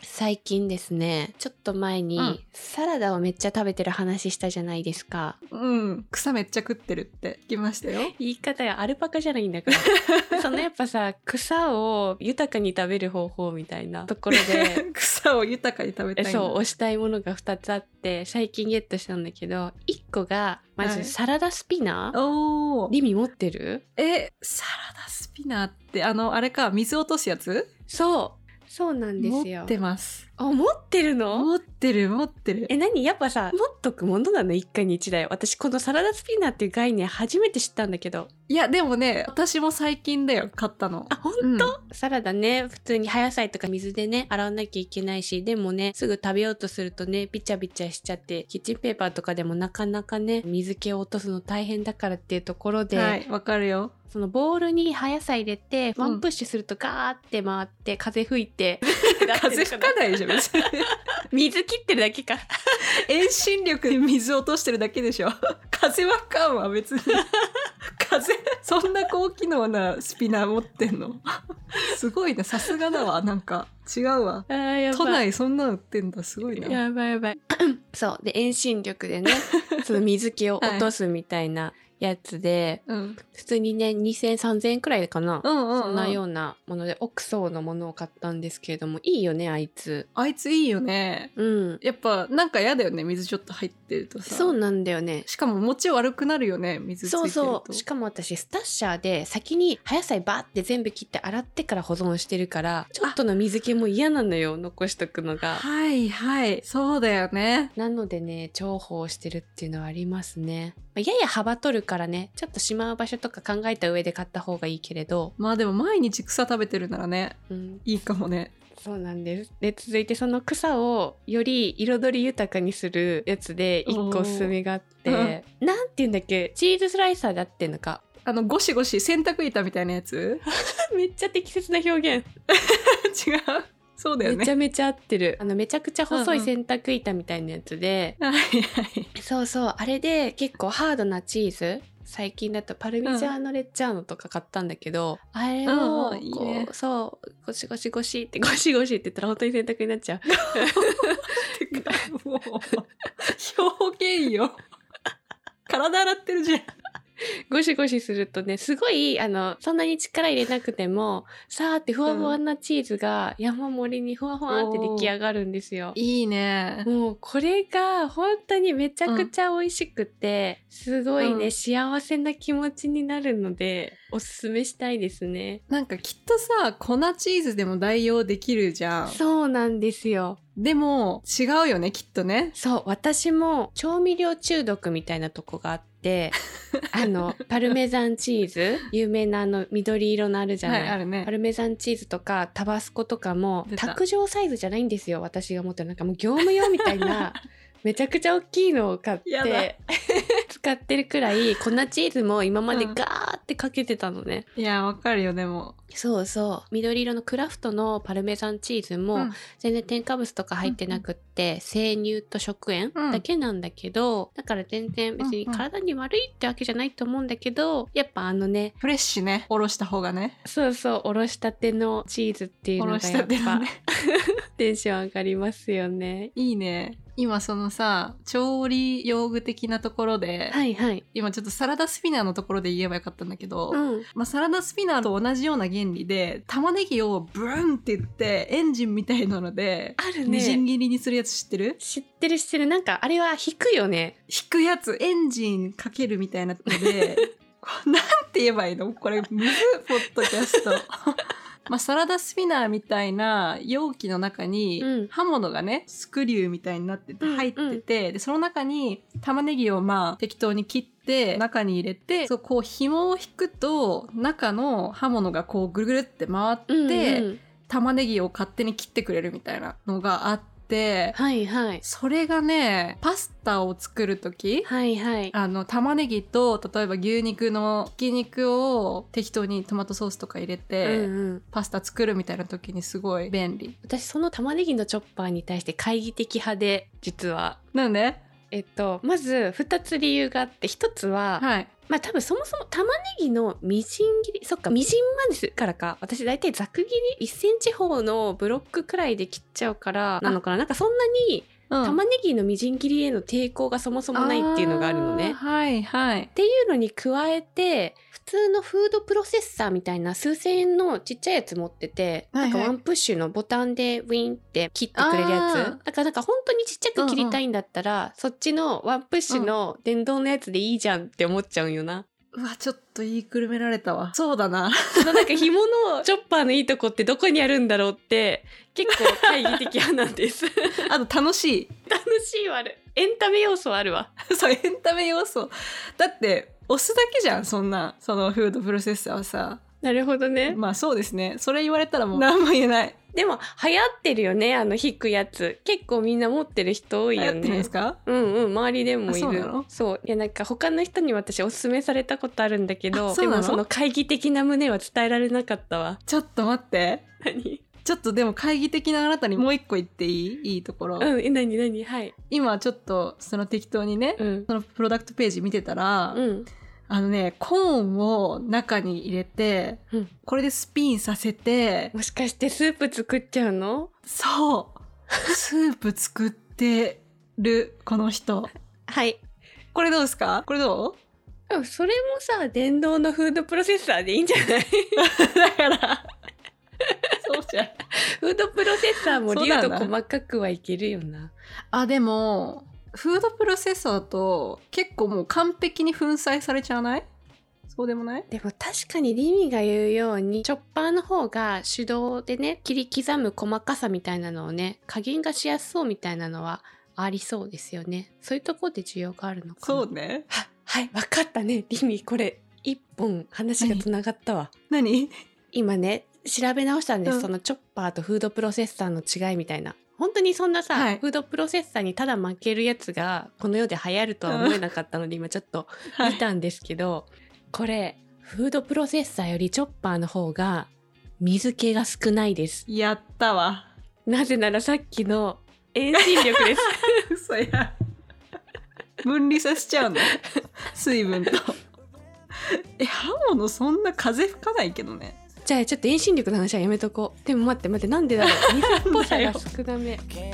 最近ですねちょっと前に、うんサラダをめっちゃ食べてる話したじゃないですかうん草めっちゃ食ってるって聞きましたよ言い方がアルパカじゃないんだ からそのやっぱさ草を豊かに食べる方法みたいなところで 草を豊かに食べたえいんだ そう推したいものが2つあって最近ゲットしたんだけど1個がまはずいサラダスピナー、おおリミ持ってるえサラダスピナーってあのあれか水落とすやつそうそうなんですよ持ってますあ持ってるの持ってる持ってるえ何やっぱさ持っとくものなの一家に一台私このサラダスピナーっていう概念初めて知ったんだけどいやでもね私も最近だよ買ったのあ本うんサラダね普通に葉野菜とか水でね洗わなきゃいけないしでもねすぐ食べようとするとねビチャビチャしちゃってキッチンペーパーとかでもなかなかね水気を落とすの大変だからっていうところで、はいわかるよそのボウルに葉野菜入れてうんワンプッシュするとガーって回って風吹いて 風吹かないでしょ別に水切ってるだけ か遠心力で水落としてるだけでしょ 風は吹かん わ別に風そんな高機能なスピナー持ってんの すごいなさすがだわなんか違うわあーやばい都内そんなの売ってんだすごいなやばいや ばいそうで遠心力でねその水気を落とすみたいなやつで、うん、普通にね20003000円くらいかな、うんうんそんなようなもので奥層のものを買ったんですけれどもいいよねあいつあいついいよねうんやっぱなんか嫌だよね水ちょっと入ってるとさそうなんだよねしかも持ち悪くなるよね水ついてるそとうそうしかも私スタッシャーで先に葉野菜バーって全部切って洗ってから保存してるからちょっとの水気も嫌なのよ残しとくのがはいはいそうだよねなのでね重宝してるっていうのはありますね、まあやや幅取るからねちょっとしまう場所とか考えた上で買った方がいいけれど、まあでも毎日草食べてるならねうん、いいかもねそうなんですで続いてその草をより彩り豊かにするやつで1個おすすめがあってなんて言うんだっけチーズスライサーで合ってんのかあのゴシゴシ洗濯板みたいなやつめっちゃ適切な表現 違うそうだよめちねゃめちゃ合ってるあのめちゃくちゃ細ういんうん洗濯板みたいなやつで、はいはいそうそうあれで結構ハードなチーズ最近だとパルミジャーノレッジャーノとか買ったんだけど、あれをこうう、んうんいいねそうゴシゴシゴシってゴシゴシって言ったら本当に洗濯になっちゃうてかもう表現よ体洗ってるじゃんゴシゴシするとねすごいあのそんなに力入れなくてもさーってふわふわなチーズが山盛りにふわふわって出来上がるんですよ。いいねもうこれが本当にめちゃくちゃ美味しくて、すごいね、うん幸せな気持ちになるのでおすすめしたいですねなんかきっとさ粉チーズでも代用できるじゃんそうなんですよでも違うよねきっとねそう私も調味料中毒みたいなとこがあってあ のパルメザンチーズ有名なあの緑色のあるじゃない、はいあるねパルメザンチーズとかタバスコとかも出た卓上サイズじゃないんですよ私が持ってるなんかもう業務用みたい なめちゃくちゃ大きいのを買っやだて使ってるくらい粉チーズも今までガーってかけてたのね、いやわかるよでもそうそう緑色のクラフトのパルメザンチーズも、うん全然添加物とか入ってなくって、生乳と食塩うんだけなんだけど、だから全然別にうんうん体に悪いってわけじゃないと思うんだけど、やっぱあのねフレッシュねおろした方がねそうそうおろしたてのチーズっていうおのろがしやたってのぱねテンション上がりますよね。いいね今そのさ調理用具的なところで、はいはい。今ちょっとサラダスピナーのところで言えばよかったんだけど、うん。まあ、サラダスピナーと同じような原理で玉ねぎをブーンって言ってエンジンみたいなので、あるみじんね。切りにするやつ知ってる知ってる知ってる。なんかあれは引くよね。引くやつエンジンかけるみたいなの でこうなんて言えばいいのこれむずポッドキャ スト。まあ、サラダスピナーみたいな容器の中にうん刃物がねスクリューみたいになっててうんうん入ってて、でその中に玉ねぎをまあ適当に切って中に入れてそうこう紐を引くと中の刃物がこうぐるぐるって回って、うんうん玉ねぎを勝手に切ってくれるみたいなのがあってはいはい。それがねパスタを作る時はいはい。あの玉ねぎと例えば牛肉のひき肉を適当にトマトソースとか入れて、うんうん、パスタ作るみたいな時にすごい便利私その玉ねぎのチョッパーに対して懐疑的派で実はなんでえっと、まず2つ理由があって1つは、はい。まあ多分そもそも玉ねぎのみじん切りそっかみじんまでするからか私大体ざく切り1センチ方のブロックくらいで切っちゃうからなのかななんかそんなにうん玉ねぎのみじん切りへの抵抗がそもそもないっていうのがあるのね。ーはいはいっ。ていうのに加えて普通のフードプロセッサーみたいな数千円のちっちゃいやつ持ってて、はいはいなんかワンプッシュのボタンでウィンって切ってくれるやつあーだからなんか本当にちっちゃく切りたいんだったら、そっちのワンプッシュの電動のやつでいいじゃんって思っちゃうんよな。うわちょっと言いくるめられたわ。そうだ な。そのなんか紐のチョッパーのいいとこってどこにあるんだろうって結構懐疑的派なんです。 あと楽しい。 楽しいはある。エンタメ要素はあるわ。そうエンタメ要素。だって押すだけじゃんそんなそのフードプロセッサーはさ。なるほどね。まあそうですね。それ言われたらもう何も言えない。でも流行ってるよねあの引くやつ結構みんな持ってる人多い流行よってるんねですか？うんうん周りでもいあそうるなのそういやなんか他の人に私おすすめされたことあるんだけどあそでうなのもその懐疑的な胸は伝えられなかった わちょっと待って。何ちょっとでも会議的なあなたにもう一個言っていいいいところ。うんえ何何はい今ちょっとその適当にね、うんそのプロダクトページ見てたら、うんあのねコーンを中に入れて、うんこれでスピンさせてもしかしてスープ作っちゃうの そうスープ作ってるこの人はいこれどうですかこれどうんそれもさ電動のフードプロセッサーでいいんじゃない う だからそうじゃんフードプロセッサーもそう粒だ度な細かくはいけるよなあでもフードプロセッサーだと結構もう完璧に粉砕されちゃわないそうでもないでも確かにリミが言うようにチョッパーの方が手動でね切り刻む細かさみたいなのをね加減がしやすそうみたいなのはありそうですよねそういうとこで需要があるのかなそうねははい分かったねリミこれ一本話がつながったわ何今ね調べ直したんです、うんそのチョッパーとフードプロセッサーの違いみたいな本当にそんなさ、はいフードプロセッサーにただ負けるやつがこの世で流行るとは思えなかったので、今ちょっと見たんですけど、これフードプロセッサーよりチョッパーの方が水気が少ないですやったわなぜならさっきの遠心力 です嘘や分離させちゃうの水分とえ刃物そんな風吹かないけどねじゃあちょっと遠心力の話はやめとこうでも待って待ってなんでだろう水っぽさが少なめ Can